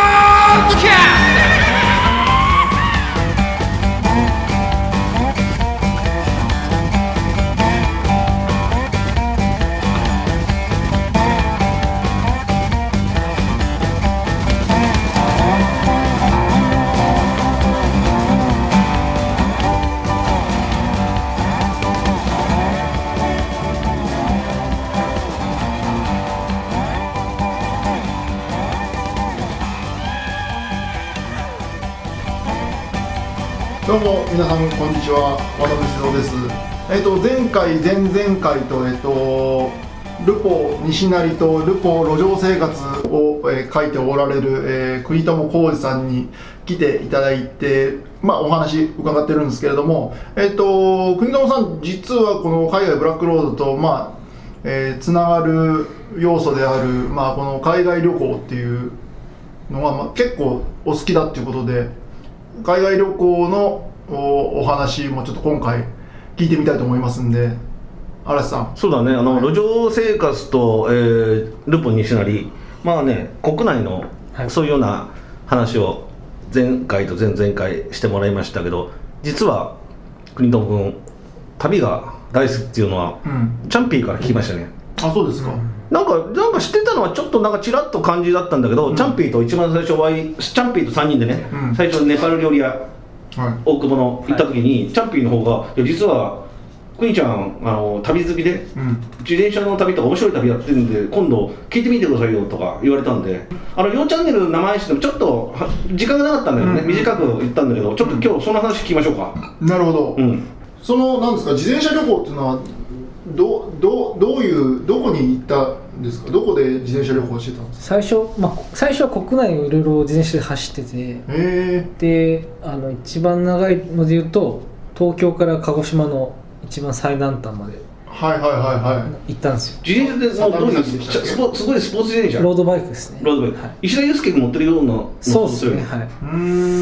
ッドキャスどうも皆さんこんにちは渡辺郎です。えっと前回前々回とえっとルポ西成とルポ路上生活を、えー書いておられる、えー、国友浩二さんに来ていただいてまあお話伺ってるんですけれどもえっと国友さん実はこの海外ブラックロードとまあえーつながる要素である、まあ、この海外旅行っていうのが、まあ、結構お好きだっていうことで海外旅行のおお話もちょっと今回聞いてみたいと思いますんで嵐さんそうだねあの、路上生活と、えールポ西成まあね国内のはいそういうような話を前回と前々回してもらいましたけど実は国友君旅が大好きっていうのは、うんチャンピーから聞きましたねあそうですか、なんかなんか知ってたのはちょっとなんかちらっと感じだったんだけど、チャンピーと一番最初お会いチャンピーと3人でね、うん最初ネパル料理屋はい大久保の行った時に、チャンピーの方が「いや実は国ちゃんあの旅好きでうん自転車の旅とか面白い旅やってるんで今度聞いてみてくださいよとか言われたんであの4チャンネルの名前してもちょっとは時間がなかったんだけどね、うん短く言ったんだけどちょっと今日その話聞きましょうかなるほど、うんそのなんですか自転車旅行っていうのはどどどういうどこに行ったんですかどこで自転車旅行してたんですか最初、まあ、最初は国内をいろいろ自転車で走っててへであの一番長いので言うと東京から鹿児島の一番最南端までえはいはいはいは行ったんですよ自転車でもうどういうサンダルでしたっけスポすごいスポーツ自転車ロロードバイクですねードバイク、はい、石田祐介君乗ってるようなのそうですねよはいいう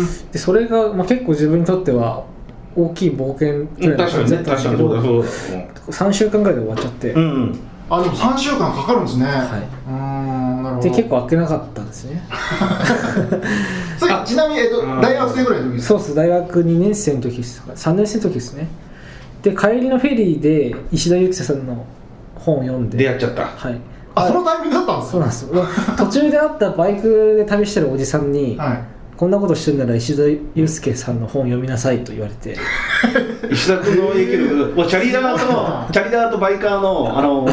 ーんでそれが、まあ、結構自分にとっては大きい冒険くうらん確かいの感にじねだっ確たんかでにすけそうだそうどだうん3週間ぐらいで終わっちゃって、うんあでも3週間かかるんですね、はいーうんなるほどで結構開けなかったんですねそれちなみに、えっと、うん大学生ぐらいの時ですそうです大学2年生の時ですか3年生の時ですねで帰りのフェリーで石田ゆきさんの本を読んで出会っちゃったはいあそのタイミングだったんですそうなんですよ途中で会ったバイクで旅してるおじさんに、はいこんなことしてるなら石田祐介さんの本読みなさいと言われて石田君の影響力、もうチャリダーと、チャリダーとバイカーの、あの、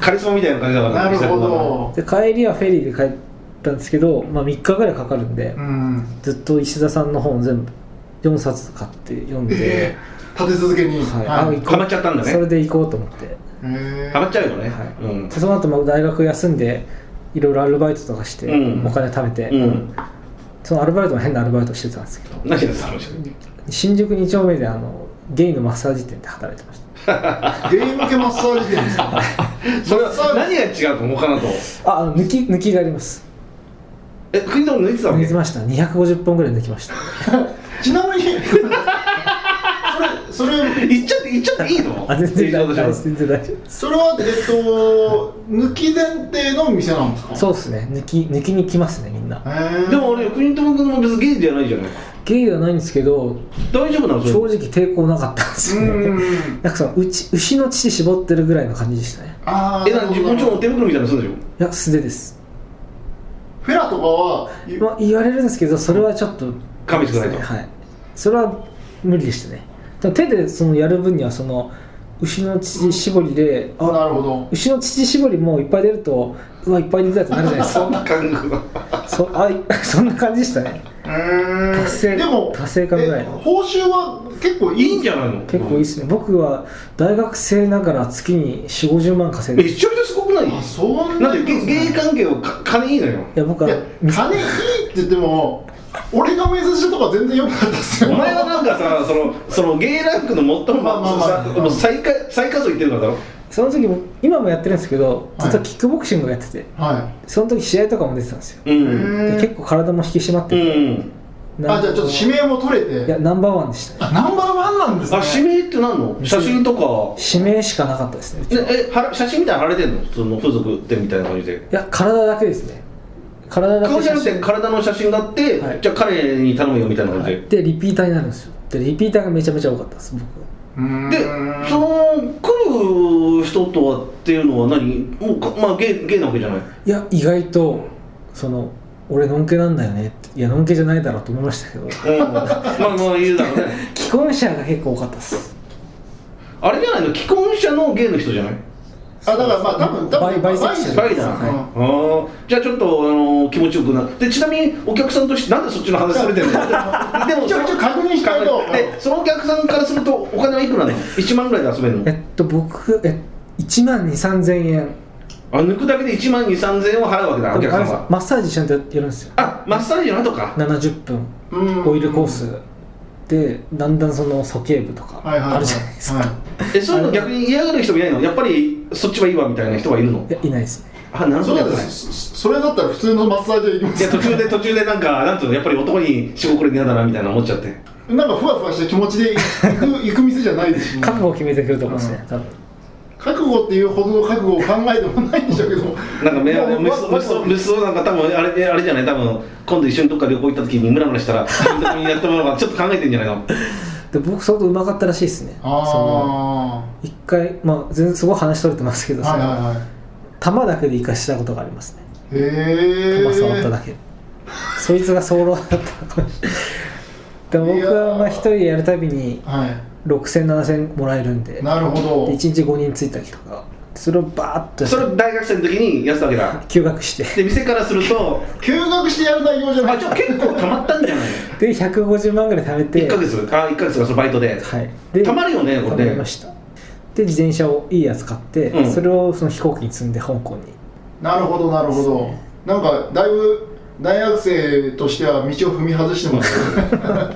カリスマみたいな感じだからなね、る石田ほ君どはで帰りはフェリーで帰ったんですけど、まあ、3日ぐらいかかるんで、うんずっと石田さんの本全部4冊買って読んでえ、ー、立て続けにはいはあい行こうハマっちゃったんだねそれで行こうと思って、へハマっーちゃうよね。はいうんで。その後まあ大学休んでいろいろアルバイトとかして、うんお金貯めて、うん。そのアルバイトも変なアルバイトしてたんですけど何やってたの石田新宿2丁目であのゲイのマッサージ店で働いてましたゲーム系マッサージ店ですか それはそう何が違うと思うかなと。ああの抜き抜きがありますえ、国とも抜いてたわ抜けきました250本ぐらい抜きましたちなみに それそれ行っちゃって、行っちゃっていいのあ全然大丈正常で夫ですしょ全然大丈夫ですそれはえっと抜き前提の店なんですかそうですね抜き抜きに来ますねみんなへーでも俺、国友君も別にゲイじゃないじゃない。ゲイではないんですけど大丈夫なのそれ。正直抵抗なかったんですうよねんなんかそのうち牛の乳絞ってるぐらいの感じでしたねあー え、なんか、もちろん手袋みたいなのするんでしいや素手です、フェラとかはゆまあ、言われるんですけどそれはちょっと加味してくれないとはいそれは無理でしたねでも手でそのやる分にはその牛の乳絞りで、あなるほど牛の乳絞りもいっぱい出るとうわいっぱい出たってなるじゃないょですそんかな感覚が。そあい そんな感じでしたね達達成でも達成感ぐらいえ報酬は結構いいいいんんじじゃゃないの結構いいですね、僕は大学生ながら月に4 5 0万稼いめでいちゃくちゃすごくないんあそんななんでゲゲイ関係をか金いいのよ。や僕いはや金いいって言っても俺が目指したとか全然良くなかったっすよお前はなんかさ、その、そのゲイランクの最も、まあまあまあさもう最下、最下層いってるからだろ。その時も今もやってるんですけどはいずっとキックボクシングやっててはその時試合とかも出てたんですよういん。で結構体も引き締まっうてて、ん。なんあじゃあちょっと指名も取れていやナンバーワンでしたねあナンバーワンなんですねあ、指名ってなんの写真とか。指名しかなかったですねうちはねえ、はら写真みたいなの貼られてんのその付属ってみたいな感じで。いや体だけですね体だ顔けじゃ写なくて真体の写真があって、はいじゃあ彼に頼むよみたいな感じで、でリピーターになるんですよでリピーターがめちゃめちゃ多かったです僕うーんでその来る人とはっていうのは何もうかまあゲイゲイなわけじゃないいや意外とその俺のんけなんだよねっていやのんけじゃないだろうと思いましたけどうん まあまあ言うだろうね既婚者が結構多かったですあれじゃないの既婚者のゲイの人じゃないあだからまあ多分多分バイバイセクシバイャだルな、はいうんああじゃあちょっと、あの気持ちよくなってちなみにお客さんとしてなんでそっちの話されて るのでも一応一応確認しないとでそのお客さんからするとお金はいくらね1万ぐらいで遊べるのえっと僕え1万2 3千円あ抜くだけで1万2 3千円を払うわけだお客さんはマッサージちゃんとやるんですよあマッサージの後か70分うんオイルコースでだんだんその鼠径部とかはいはいはいあるじゃないですはかえそういうの逆に嫌がる人もいないのやっぱりそっちはいいわみたいな人はいるのいやいないですねあなるほそうどだねそそれだったら普通のマッサージで行きまいやす途中で途中でなんかなんていうのやっぱり男に仕事これ嫌だなみたいな思っちゃってなんかふわふわした気持ちで行く行く店じゃないですしね覚悟を決めてくると思うんですね多分覚悟っていうほどの覚悟を考えてもないんでしょうけどなんか目をもうむすもむうすむすなんか多分あれあれじゃない多分今度一緒にどっか旅行行った時にムラムラしたら自分にやってもらおうかちょっと考えてんじゃないので僕相当うまかったらしいですねそのあ一回まあ全然すごい話取れてますけあどはいはいそはいの球だけで生かしたことがありますねへえ球触っただけでそいつが早漏だったのかもしれないでも僕はまあ一人でやるたびにはい60007000もらえるんでなるほど1日5人ついたりとかそれをバーッとやそれっを大学生の時にやってたわけだて休学してで店からすると休学してやる内容じゃなあいちょ結構たまったんじゃないで150万ぐらい貯めて1か月あ一1か月がそのバイトではいでたまるよねこ貯れめねましたで自転車をいいやつ買って、うんそれをその飛行機に積んで香港になるほどなるほどなんかだいぶ大学生としては道を踏み外してます ね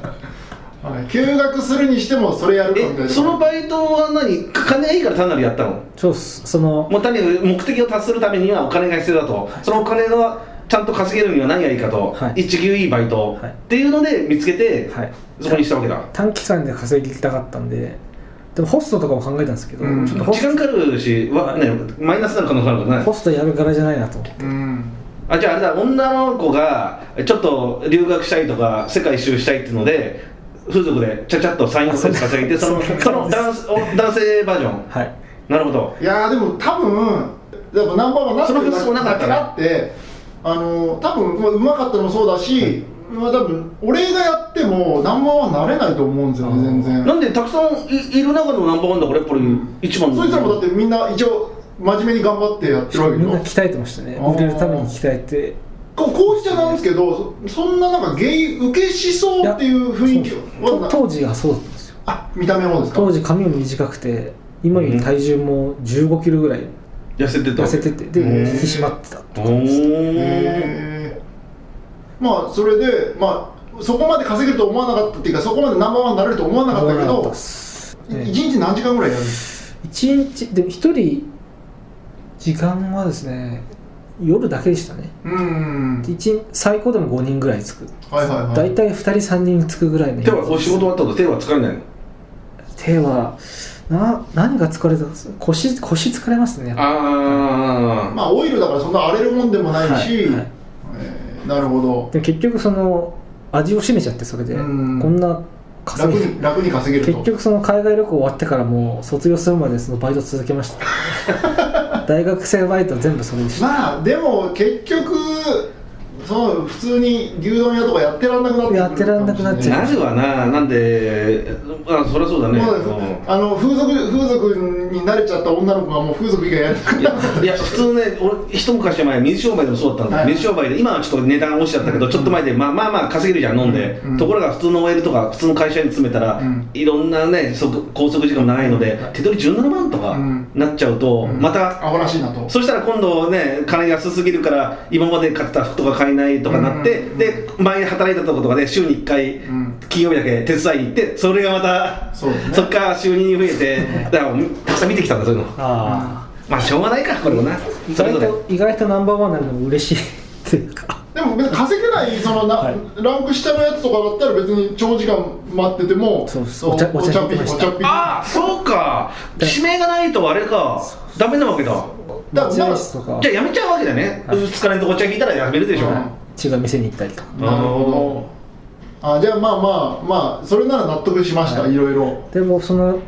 はい休学するにしてもそれやるかみたいえなそのバイトは何金がいいから単なるやったのそうっすそのもう単に目的を達するためにはお金が必要だと、そのお金がちゃんと稼げるには何がいいかと、はい一流いいバイト、はいっていうので見つけて、はいそこにしたわけだ、短期間で稼ぎたかったんででもホストとかも考えたんですけど、うんちょっとホ時スト間かかるし、わね、マイナスになる可能性あるからねホストやるからじゃないなと思ってうんあじゃああれだ女の子がちょっと留学したいとか世界一周したいっていうので風俗でちゃちゃっと3 4千稼いでそのそうその男男性バージョンはいなるほどいやーでも多分やっぱナンバーワンなってその発想なかったなだけあってあのー多分まあうまかったのもそうだし、まあ多分俺がやってもナンバーワンなれないと思うんですよね全然なんでたくさんいいる中のナンバーワンだからやっぱり一番そいつらもだってみんな一応真面目に頑張ってやってるわけみんなでしょ鍛えてましたねあー売れるために鍛えてこうこうじゃなんですけどそそんななんかゲイ受けしそうっていう雰囲気そうはとな当時がそうだったんですよあ見た目もですか当時髪も短くて今より体重も1 5キロぐらい痩せてた痩せててでへー引き締まってたおーへーまあそれでまあそこまで稼げると思わなかったっていうかそこまでナンバーワンになれると思わなかったけ思わなかどっすいね一日何時間ぐらいやるんです一日でも一人時間はですね夜だけでしたねかうんで一日最高でも5人ぐらいつくはいはいはい大体2人3人つくぐらいの手はお仕事終わったと手は疲れないの手はな何が疲れたんです腰腰疲れますねやっぱああまあオイルだからそんな荒れるもんでもないし、はいはいえーなるほどでも結局その味を占めちゃってそれでこうんんな稼楽ぎに楽に稼げる結と局その海外旅行終わってからもう卒業するまでそのバイト続けました 大学生バイト全部それでしたまあでも結局その普通に牛丼屋とかやってらんなくなってくるやってらんなくなっちゃうなぜはななんであそりゃそうだね、もううんあの風俗風俗に慣れちゃった女の子がもう風俗以外やらなくないやるいや普通ね俺一昔前水商売でもそうだったんだ、はい水商売で今はちょっと値段が落ちちゃったけど、ちょっと前で、まあ、まあまあ稼げるじゃん飲んで、うんところが普通の OL とか普通の会社に詰めたら、うんいろんなねそ拘束時間も長いので、手取り17万とかうんなっちゃうと、またアホらしいなとそしたら今度ね金安すぎるから今まで買った服とか買えないとかなって、うんで前に働いたとことかで週に1回、ん金曜日だけ手伝いに行ってそれがまたそうですねっから週2に増えてだからたくさん見てきたんだそういうのあまあしょうがないかこれもなあ意それ外ぞれと意外とナンバーワンになるのも嬉しいっていうかでも別に稼げないそのな、はいランク下のやつとかだったら別に長時間待っててもそうそうお茶お茶っぴお茶っぴお茶っぴああそうか指名がないとあれかダメなわけだ だから抹茶アイスとかじゃあやめちゃうわけだね、はい疲れんとこっちゃ聞いたらやめるでしょ、はい違う店に行ったりとかなるほどあじゃあまあまあまあそれなら納得しました、、はいいろいろでもその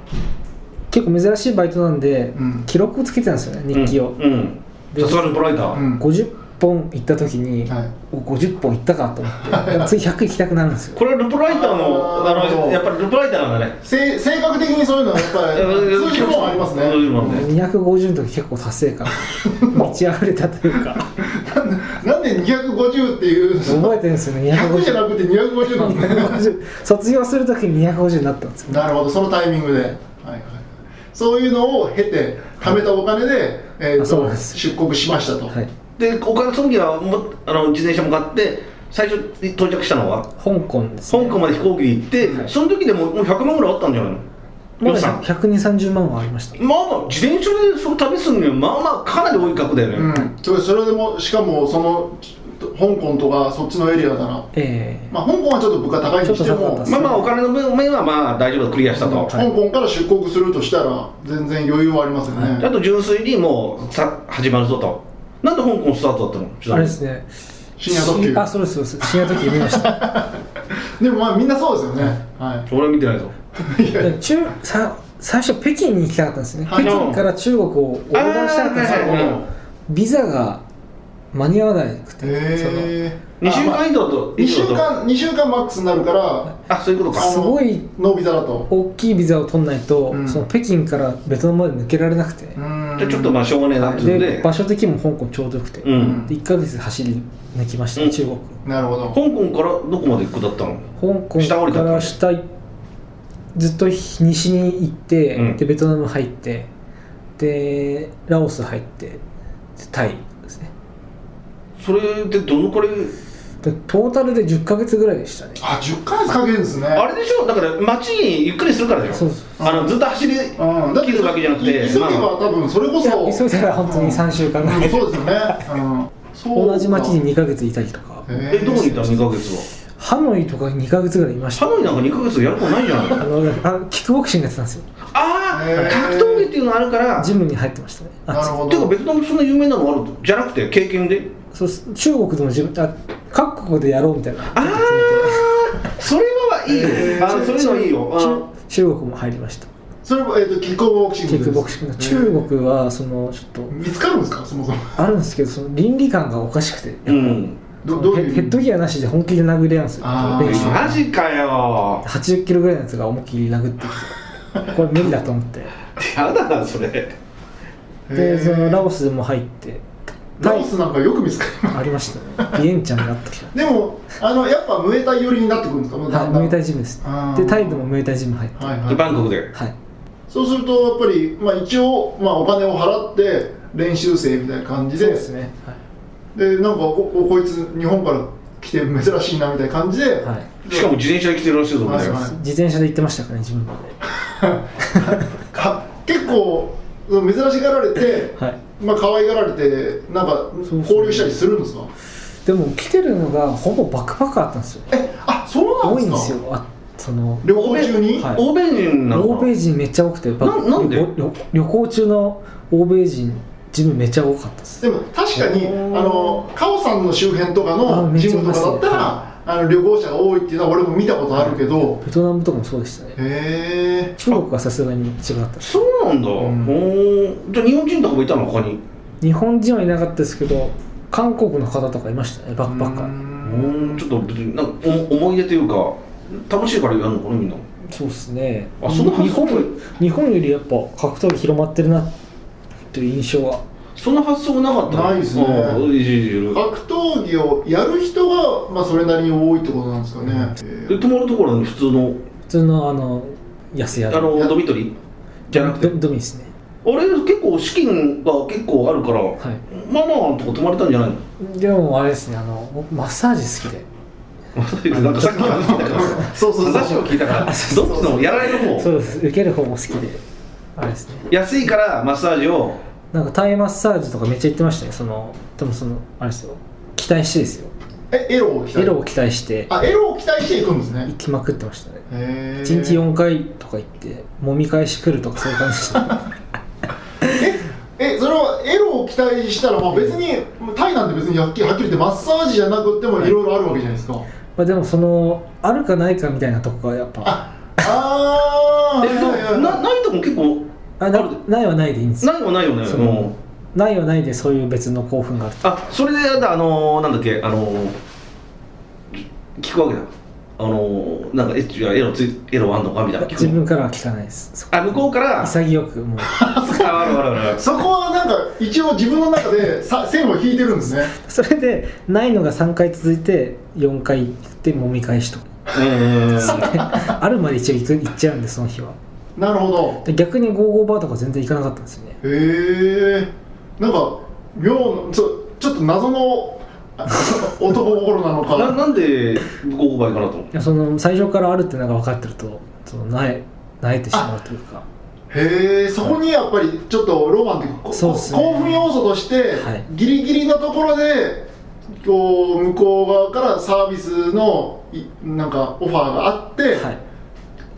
結構珍しいバイトなんで、うん記録をつけてたんですよねうん日記を、うんでさすがのプロライター、うん50本行った時に、はいお50本行ったかと思って次100行きたくなるんですよこれはルポライターのああーのやっぱりルポライターなんだねせ性格的にそういうのはやっ ぱり通じるもんありますね通じるもんね250の時結構達成 感満ち溢れたというか なんで250っていう覚えてるんですよね100じゃ250なくて250なんだ ね250卒業する時に250になったんですよなるほどそのタイミングで、はいはい、そういうのを経て貯めたお金で、えーとあそうなんです出国しましたと、はいでお金その時はもあの自転車も買って最初到着したのは香港です、香ね、港まで飛行機で行って、はいその時でももう100万ぐらいあったんじゃないのま予だ算120万はありましたまあまあ自転車でその旅するにはまあまあかなり多い額だよね、うん、それそれでもしかもその香港とかそっちのエリアならええまあ香港はちょっと物価高いにしてちょっと高かもったですまあまあお金の面はまあ大丈夫だクリアしたと、はい香港から出国するとしたら全然余裕はありますよね、あと純粋にもうさ始まるぞとなんで香港スタートだったのあれですね深夜特 あ急そうですそうです深夜特急見ましたでもまあみんなそうですよね、は俺は見てないぞい、いやで中さ最初北京に行きたかったんですねはい北京から中国を横断したかったんですけど、あーはいはいはいビザが間に合わなくて、えー、 2週間移動と2週間2週間マックスになるからあそういうことかすごいノービザだとその大きいビザを取らないと、うんその北京からベトナムまで抜けられなくて、うんじゃあちょっとまあしょうがねえなっていうんでで場所的にも香港ちょうどよくて、うでん1ヶ月走り抜きました、うん中国なるほ香ど港からどこまで行くだったの下香降りたっ港かてことら下いずっと西に行って、うんでベトナム入ってでラオス入ってでタイですねそれでどのくらいでトータルで10ヶ月ぐらいでしたねあ10ヶ月かけるんですねあれでしょだから街にゆっくりするからでしそょうそうあのずっと走りうん、だって切るわけじゃなくてい急げばまあ多分それこいやそ急いだら本当に3週間ぐらうい、んそうですよね、うん、そう同じ町に2ヶ月いたりとかええどこにいたの2ヶ月はハノイとか2ヶ月ぐらいいましたハノイなんか2ヶ月やることないじゃあんのあキックボクシングやってたんですよああへー格闘技っていうのあるからジムに入ってましたねあなるほていうかどベトナムそんな有名なのあるじゃなくて経験でそうそう中国でも自分あ各国でやろうみたいなああそれはいいよあのそういうのいいよ中中国も入りましたそれも、えー、とキックボクシングキですックボクシングのえー中国はそのちょっと見つかるんですかそもそ もあるんですけどその倫理観がおかしくてあーうんどどうヘいうッヘッドギアなしで本気で殴り合うんですよあー練習マジかよ80キロぐらいのやつが思いっきり殴ってき てこれ無理だと思ってやだなそれでそのラオススでも入ってラオスなんかよく見つかるありましたねビエンチャンがあったからでもあのやっぱムエタイ寄りになってくるんですかもうだはい、んだんムエタイジムですあーでタイでもムエタイジム入ってははいい、はいバンコクでそうするとやっぱり、まあ、一応、まあ、お金を払って練習生みたいな感じそうでですねでなんかこここいつ日本から来て珍しいなみたいな感じで、はい、はい、しかも自転車で来てるらしいぞみたいなはいはい自転車で行ってましたからね自分までか結構珍しがられて、 はいまあ可愛がられてなんかそう交流したりするんですかでも来てるのがほぼバックパッカーだったんですよえあそうなん多でいすんかですよあその旅行中に、はい欧米人なの欧かな米人めっちゃ多くてバックななんで旅旅旅行中の欧米人ジムめっちゃ多かったですでも確かにあおーのカオさんの周辺とかあのめっジちゃムとかだったらあ、の旅行者が多いっていうのは俺も見たことあるけど、ベトナムとかもそうでしたねへえ中国はさすがに違ったですそうなんだ、んほーじゃあ日本人とかもいたの他に日本人はいなかったですけど韓国の方とかいましたねバックパッカーうんちょっと別になんかお思い出というか楽しいからやるのかなみんなそうですねあその日本発想日本よりやっぱ格闘技広まってるなという印象はその発想なかったのないですねああいるいるいる格闘技をやる人が、まあ、それなりに多いってことなんですかね、へでー泊まるところは普通の普通のあの安あ屋のドミトリーじゃなくてドドミですね俺結構資金が結構あるから、はいまあまあとこ泊まれたんじゃないのでもあれですねあの僕マッサージ好きでなんかさっき話聞いたからそうそうそう話を聞いたからどっちそうそうそうのやられるそ方うです受ける方も好きであれですね安いからマッサージをなんかタイマッサージとかめっちゃ行ってましたねそのでもそのあれですよ期待してですよえエロを期待エロを期待してあエロを期待していくんです行ねきまくってましたねへ1ー日4回とか行 って揉み返し来るとかそういう感じでしたええそれはエロを期期待したら、まあ、別にタイなんて別にはっきりはっきり言ってマッサージじゃなくてもいろいろあるわけじゃないですかまあ、でもそのあるかないかみたいなとこがやっぱああーえでもはいはいはいなないとも結構あなあるないはないでいいんですよないもないよねそもうのないはないでそういう別の興奮があるあそれであのーなんだっけあのー聞くわけだあのーなんかエッチやエロついエロあんのかみたいな聞く自分からは聞かないですそこあ向こう からあ潔くもうあるあるあるそこはなんか一応自分の中でさ線を引いてるんですねそれでないのが3回続いて4回行って揉み返し とうんあるまで一応行く行っちゃうんでその日はなるほどで逆にゴーゴーバーとか全然行かなかったんですよねへえんか妙なちょちょっと謎のあ男心なの かななんで向こうが行かなと思ういやその最初からあるってのが分かってるとそのなえなえてしまうというかへえそこにやっぱりちょっとロマンっていうかこそうっすね興奮要素としてはいギリギリのところでこう向こう側からサービスのいなんかオファーがあって、はっい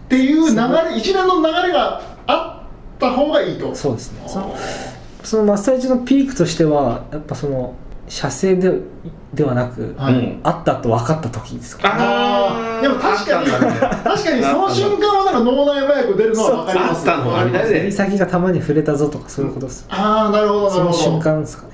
ていう流れ一連の流れがあった方がいいとそうですねそのそのマッサージのピークとしてはやっぱその射精でではなく、はいうんあったと分かった時ですかあーでも確かにあったんだね確かにその瞬間はなんか脳内麻薬出るのは分かりますそうあったのはねはい指先がたまに触れたぞとかそういうことです、ああなるほどなそるほのど瞬間ですかね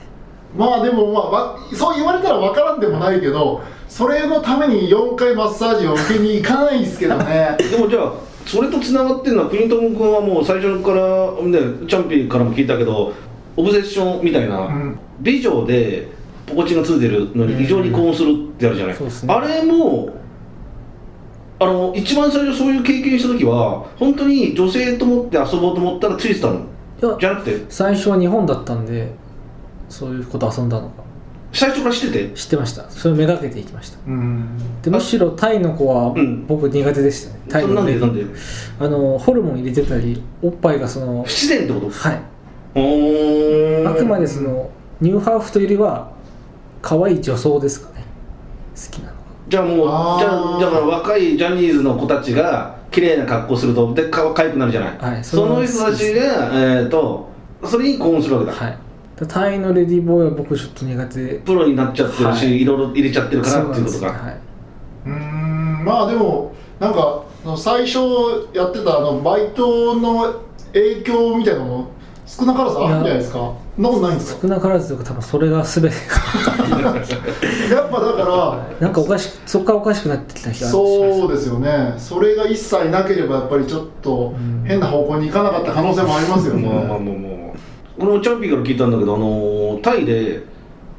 まあでも、まあわ、そう言われたら分からんでもないけどそれのために4回マッサージを受けに行かないですけどねでもじゃあそれとつながってるのは国友君はもう最初から、ね、チャンピーからも聞いたけどオブセッションみたいな、ん美女でポコチンがついてるのに異常に興奮するってあるじゃない、そうですねあれもあの一番最初そういう経験した時は本当に女性と思って遊ぼうと思ったらついてたのいやじゃなくて最初は日本だったんでそういうこと遊んだのか最初から知ってて知ってましたそれをめがけていきましたうんでむしろタイの子はうん僕苦手でしたね、タイそれのなん子でなんであのホルモン入れてたりおっぱいがその不自然ってことはいおーあくまでそのニューハーフというよりは可愛い女装ですかね好きなのじゃあもうあーじゃあだから若いジャニーズの子たちが綺麗な格好するとでかかゆくなるじゃない、はいその人たちが、えー、とそれに興奮するわけだ、はいだタイのレディーボーイは僕ちょっと苦手でプロになっちゃってるし、、はいろいろ入れちゃってるかそうらっなていんうこですとねか、はい、うんまあでもなんかその最初やってたあのバイトの影響みたいなのも少なからずあるんじゃないですかそんなことないんですか少なからずというか多分それが全てやっぱだかなんかおかしくそこからおかしくなってきたら気がしますそうですよねそれが一切なければやっぱりちょっとうん変な方向に行かなかった可能性もありますよね、まあまあまあまあこのチャンピーから聞いたんだけど、あのータイで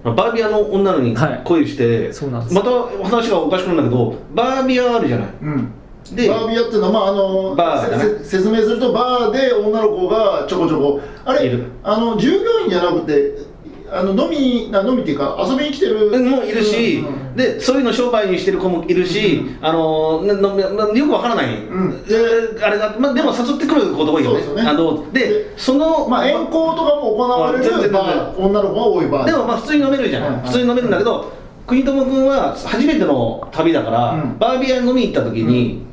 バービアの女の子にはい恋して、そうなんですまた話がおかしくなるんだけどバービアあるじゃないうんでバービアっていうのは、まああのバーだねせせ説明するとバーで女の子がちょこちょこあれいるあの従業員じゃなくてあの飲みな飲みっていうか遊びに来てるもいるし、うんうんでそういうの商売にしてる子もいるし、あのーなななよくわからない、んであれだ、まあ、でも誘ってくる子と多いよねそうですよねあのででその、まあ、遠行とかも行われあ全る然バー女の子が多いバーでもまあ普通に飲めるじゃない、はいはい普通に飲めるんだけど国友君は初めての旅だから、うんバービアに飲みに行った時に、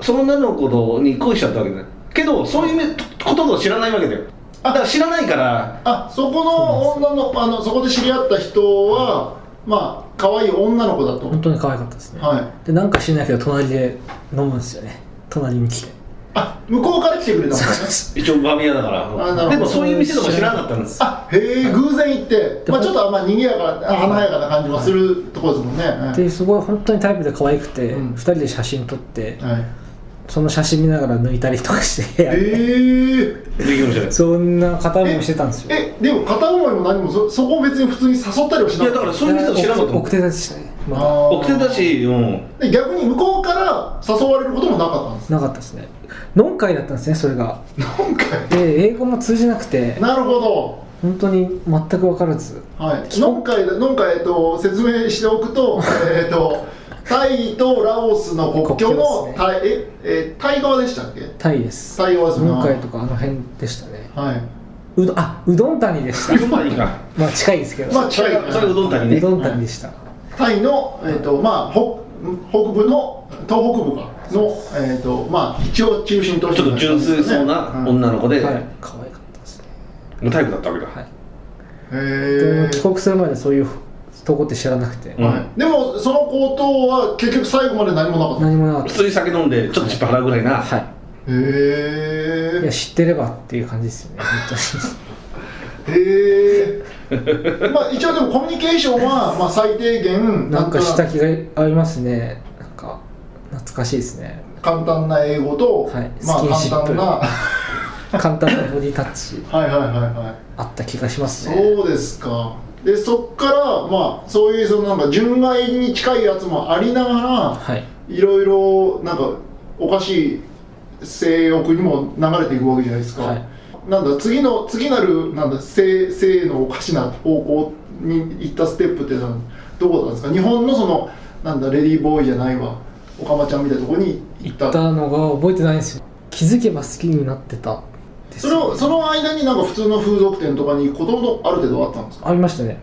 その女の子に恋しちゃったわけだよけどそういうめことを知らないわけだよだから知らないからあそこの女のあのそこで知り合った人はまあ可愛い女の子だと本当に可愛かったですね、はいでなんか知らないけど隣で飲むんですよね隣に来てあ向こうから来てくれたのかね一応バービアだからなるほどでもそういう店とか知らなかったんですあへえ偶然行って、まあ、ちょっとあんま賑やかな華やかな感じもするところですもんね、はいですごい本当にタイプで可愛くて、二うん2人で写真撮ってはいその写真見ながら抜いたりとかして、えー、できるんじゃないそんな片思いしてたんですよえでも片思いも何もそそこ別に普通に誘ったりはしいなやいだからそういう店とか知らなかったもん奥手だしね、まあー奥手だし、うん、で逆に向こうから誘われることもなかったんですあ、なかったですねノン会だったんですねそれが今回で英語も通じなくてなるほ本当に全く分からずどはいのんかいのんかいえっと説明しておくと えっとタイとラオスの国境の国境ですねタイ,、ええタイ側でしたっけタイですタイ側ですねノン会とかあの辺でしたねはい、うどあうどん谷でしたうまいいかまあ近いですけど、まあ、そ近いれそれうどん谷ねうどん谷でした、タイの、えっとまあ、北北部の東北部かの、えっとまあ、一応中心としてちょっと純粋そうなの女の子で、はい可愛かったですねもうタイプだったわけだ、はいへ帰国するまでそういうとこって知らなくて、うえ、んはい、でもその行動は結局最後まで何もなかっ何もなかっ普通に酒飲んでちょっとチップ払うぐらいな、たはたへいいやえ知ってればっていう感じですよね本へえまあ一応でもコミュニケーションは、まあ、最低当限になんかとした気がありますねなんか懐かしいですね簡単な英語と、はいまあスキンシッ簡プ単な簡単なボディタッチはいはいはいはいあった気がしますねそうですかでそっからまあそういうそのなんか純愛に近いやつもありながらはいいろいろなんかおかしい性欲にも流れていくわけじゃないですか、はいなんだ次の次なるなんだ性性のおかしな方向に行ったステップってのはどこなんですか日本のそのなんだレディーボーイじゃないわおかまちゃんみたいなとこに行行ったったのが覚えてないんですよ気づけば好きになってたですそれをその間になんか普通の風俗店とかに子供とある程度あったんですかありましたね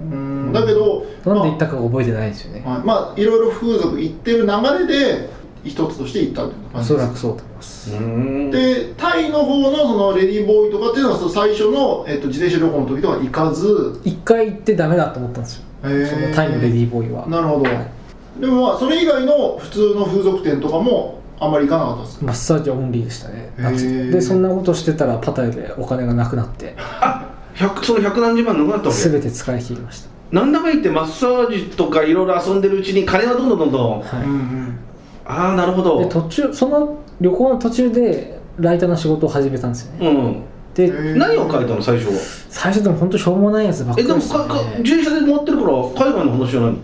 うんだけどなんで行ったかが覚えてないんですよね、はい、まあいろいろ風俗行ってる流れで一つとして行ったっていうお感じそでらすくそうだと思います、うんでタイの方のそのレディーボーイとかっていうのはその最初の、えっと、自転車旅行の時とは行かず一回行ってダメだと思ったんですよ、そのそのタイのレディィーボーイは、なるほど、はいでもまあそれ以外の普通の風俗店とかもあんまり行かなかったですかマッサージオンリーでしたねへー夏でそんなことしてたらパタヤでお金がなく なって100その百何十万なくなったわけ全て使い切りましたなんだか言ってマッサージとかいろいろ遊んでるうちに金がどんどんどんどんはいんああなるほどで途中その旅行の途中でライターの仕事を始めたんですよねうんでへー何を書いたの最初は最初でも本当しょうもないやつばっかえりでもでしかた、かね、自転車で回ってるから海外の話じゃないの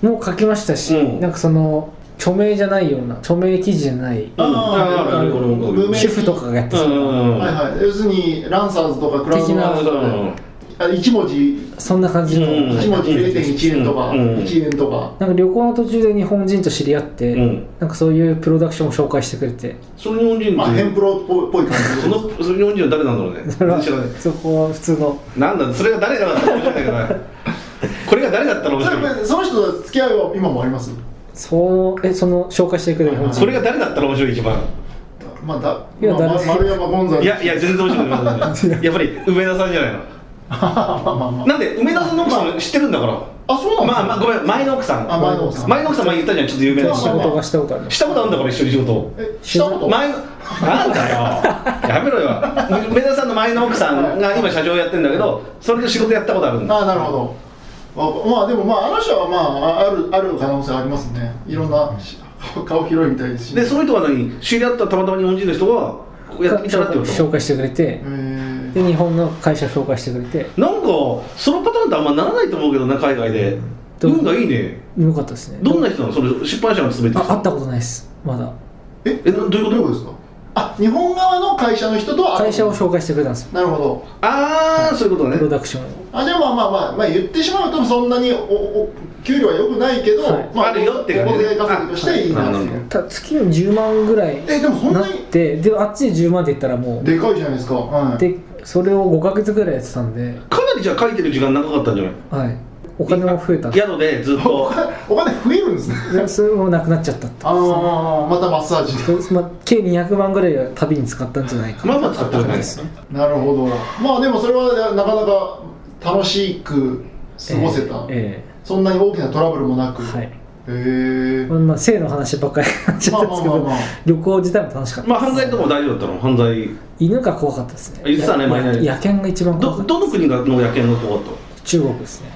もう書きましたし、うんなんかその著名じゃないような著名記事じゃないあーああるある俺も無名主婦とかがやってそうなうんはいはい、要するにランサーズとかクラウドランサうーんズとか1文字そんな感じの、うん1文字0.1円とかうん1円とかなんか旅行の途中で日本人と知り合って、うんなんかそういうプロダクションを紹介してくれてその日本人って、まあヘンプロっぽい感じですそのその日本人は誰なんだろうねそれは知らないそこは普通のなんだそれが誰だかって面白いん だけどなこれが誰だったの面そ白いれその人と付き合いは今もありますそのえその紹介してくれる日本人これが誰だったの面白い一番まあだいやまあ誰丸山ゴンザレスいやいや全然面白く ないやっぱり梅田さんじゃないのまあまあまあなんで梅田さんの奥さんも知ってるんだからあそうなんですまかあまあごめん前の奥さんあ前の奥さん前の奥さん前言ったじゃんちょっと有名な仕そう事がしたことありますしたことあるんだから一緒に仕事えしたこと前のな んだよやめろよ梅田さんの前の奥さんが今社長やってんだけどそれで仕事やったことあるんだあなるほどあまあでもまああの人はまあああるある可能性ありますねいろんなし顔広いみたいですしでその人は何知り合ったたまたま日本人の人がここやってみたらってこ紹と介してくれてえーで日本の会社紹介してくれてなんかそのパターンってあんまならないと思うけどな海外でどう運がいいねよかったですねどんな人なのそれ出版社が勤めてある会人ったことないですまだえなどういうどこういうこととですかあ日本側の会社の人とは会社を紹介してくれたんですよなるほどああそういうことねプロダクションをあでもまあまあまあ、まあ、言ってしまうとそんなにおお給料は良くないけど、はいまあるよっていおう感じ小遣い稼ぎとしてはいいなっていう、あなるた月に10万ぐらいえでもそんななっにてであっちで10万で言ったらもでかいじゃないですか、はうい、でそれを5か月ぐらいやってたんでかなりじゃあ書いてる時間長かったんじゃないはいお金も増えたんで宿でずっおと金お金増えるんですねでそれもなくなっちゃったってああまたマッサージそうまあ、計200万ぐらいは旅に使ったんじゃないかまあまあ使ってるねですねなるほどまあでもそれはなかなか楽しく過ごせた、えそんなに大きなトラブルもなくえはいへえまあ、まあ性の話ばっかりになっちゃったんですけまあまど、あまあまあ旅行自体も楽しかったまあ犯罪とかも大丈夫だったの犯罪犬が怖かったですね言ってたねや前々野犬が一番怖かどったどの国がの野犬のとこだっ中国ですね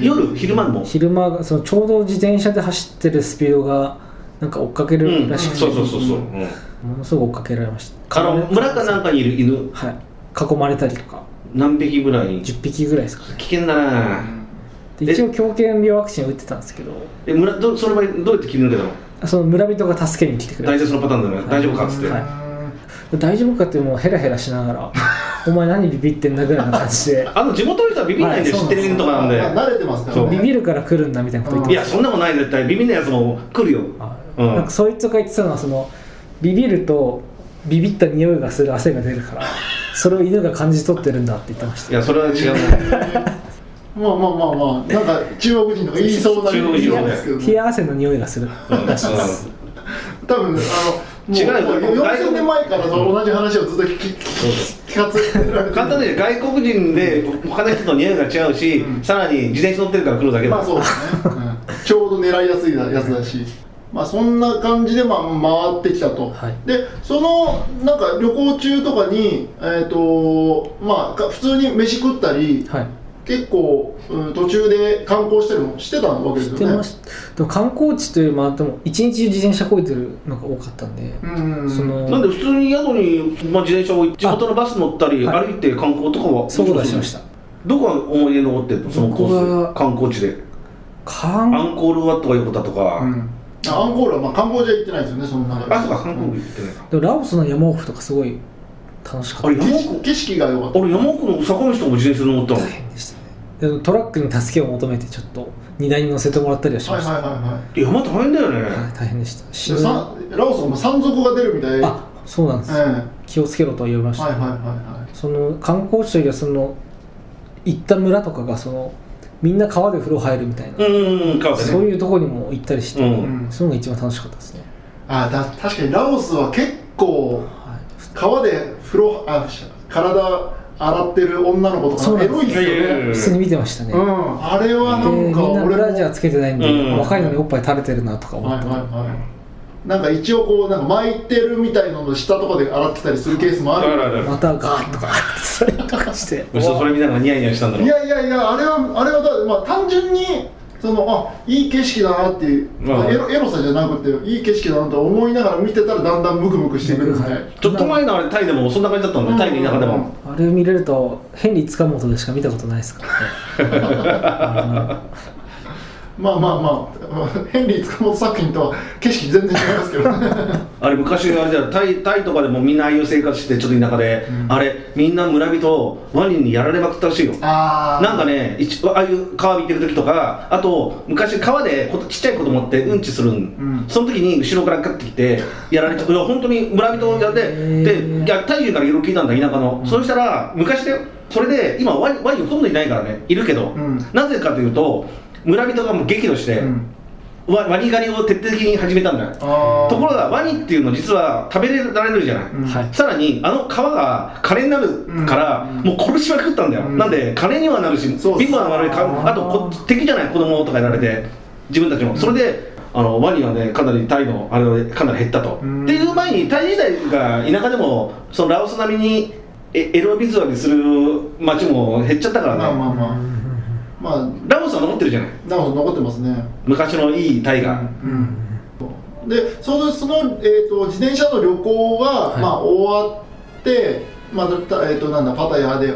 た夜昼間も昼間がそのちょうど自転車で走ってるスピードがなんか追っかけうんるらしくて、そうそうそうそう、うん、ものすごく追っかけられましたあの村かなんかにいる犬はい囲まれたりとか何匹ぐらい危10匹ぐらいですかね険だなで一応狂犬病ワクチン打ってたんですけどえ村どその場合どうやって切り抜けたのその村人が助けに来てくれて大切なパターンだよね、大丈夫かっつって、はい大丈夫かってもうヘラヘラしなが らお前何ビビってんだぐらいな感じであの地元の人はビビんないんで、はい知ってる人とかなんで、慣れてますからねビビるから来るんだみたいなこと言っるていやそんなもんない絶対ビビんないやつも来るよあうんなんかそいつが言ってたのはそのビビるとビビった匂いがする汗が出るからそれを犬が感じ取ってるんだって言ってましいたやそれは違うなまあまあまあまあなんか中国人とか言いそうな中国言い人そうとかでねすけど冷や汗の匂いがするうんらしいです多分あのもう違うよ4000年前からその同じ話をずっと聞きそうで聞き聞かせてられて簡単に言うと外国人で他の人と匂いが違うし、うんさらに自転車乗ってるから黒だけ だ、まあそうですね、うんちょうど狙いやすいやつだし、まあ、そんな感じでまあ回ってきたと、はいでそのなんか旅行中とかに、えーとまあ、か普通に飯食ったりはい結構、うん途中で観光したりもしてたわけです知よっねてましたでも観光地というよりもあっても一日中自転車こいてるのが多かったんで、うんそのなんで普通に宿に、まあ、自転車置いて地元のバス乗ったりはい歩いて観光とかはそうだしましたどこが思い出に残ってるのそのコ僕ーはス観光地で観アンコールワットが横田とか、うんあアンコールはまあカンボジア行ってないですよねその中であそうか韓国行ってないか、でもラオスの山奥とかすごい楽しかったあれ山景奥色景色が良かった俺山奥の坂道とかも自転車乗ったの大変でしたねでもトラックに助けを求めてちょっと荷台に乗せてもらったりはしはまいした、はいははいはい山大変だよね、い大変でした死でぬさラオスも山賊が出るみたいあそうなんでええす、気をつけろとは言われました、はいはいはいはいその観光地というよりはその行った村とかがそのみんな川で風呂入るみたいな、うんうん川でねそういうとこにも行ったりして、うんうんそういうのが一番楽しかったですね、あだ確かにラオスは結構はい川で風呂あ体洗ってる女の子とそうかなんエですロいですよいやいやいやね普通に見てましたね、うんあれはなんでかみんなブ俺もラジャーつけてないんで、うん若いのにおっぱい垂れてるなとか思はいっはて、いはいなんか一応こうなんか巻いてるみたいのの下とかで洗ってたりするケースもあだかるらだからまたガーッとかそれと かしてうそそれ見ながらニヤニヤしたんだろいやいやいやあれはあれはだ、まあ、単純にそのあいい景色だなっていう、まあエロエロさじゃなくていい景色だなと思いながら見てたらだんだんムクムクしてくるんで、はいちょっと前のあれタイでもそんな感じだったの、タイの田舎でも、あれ見れるとヘンリー塚本でしか見たことないです からねまあまあまあヘンリー塚本作品とは景色全然違いますけどねあれ昔あれだよタイタイとかでもみんなああいう生活してちょっと田舎で、うんあれみんな村人ワニにやられまくったらしいよあーなんかね一ああいう川見てる時とかあと昔川でこちっちゃい子供ってうんちするん、んその時に後ろからかってきてやられちゃういや本当に村人やってーでいや太夫からいろいろ聞いたんだ田舎の、そうしたら昔だよそれで今ワニワニほとんどいないからねいるけど、うんなぜかというと村人がもう激怒して、うんワワニ狩りを徹底的に始めたんだよあーところがワニっていうの実は食べられるじゃない、うんはいさらにあの皮が金になるから、うんもう殺しまくったんだよ、うんなんで金にはなるし貧そう乏な悪いかあとこ敵じゃない子供とかやられて自分たちも、それであのワニはねかなりタイのあれでかなり減ったと、うんっていう前にタイ時代が田舎でもそのラオス並みにエエロビズワにする町も減っちゃったからね、まあまあまあまあラオスは残ってるじゃないなお残ってますね昔のいいタイが、うんでそのその、えー、と自転車の旅行が、いまあ、終わって、まあたえー、となんだパタヤで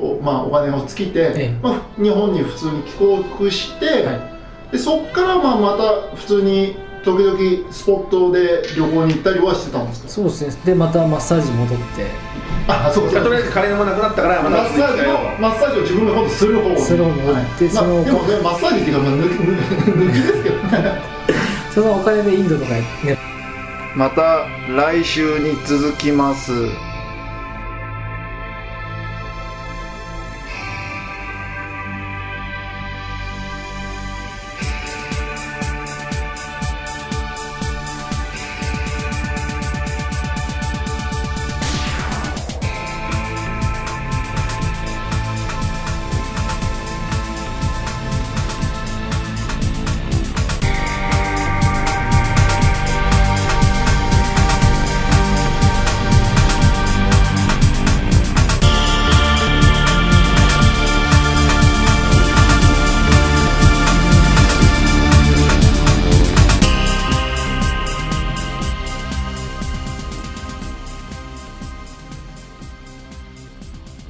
お,、まあ、お金を尽きて、ええまあ、日本に普通に帰国して、はでそっから、まあ、また普通に時々スポットで旅行に行ったりはしてたんですい、かそうですねでまたマッサージ戻ってあそうかそうとかりあえず金もなくなったからまマたッサージのマッサージを自分で今度する方する方にはいでそのまあでもねマッサージっていうか、まあ、抜き抜きですけどねそのお金でインドとかねまた来週に続きます。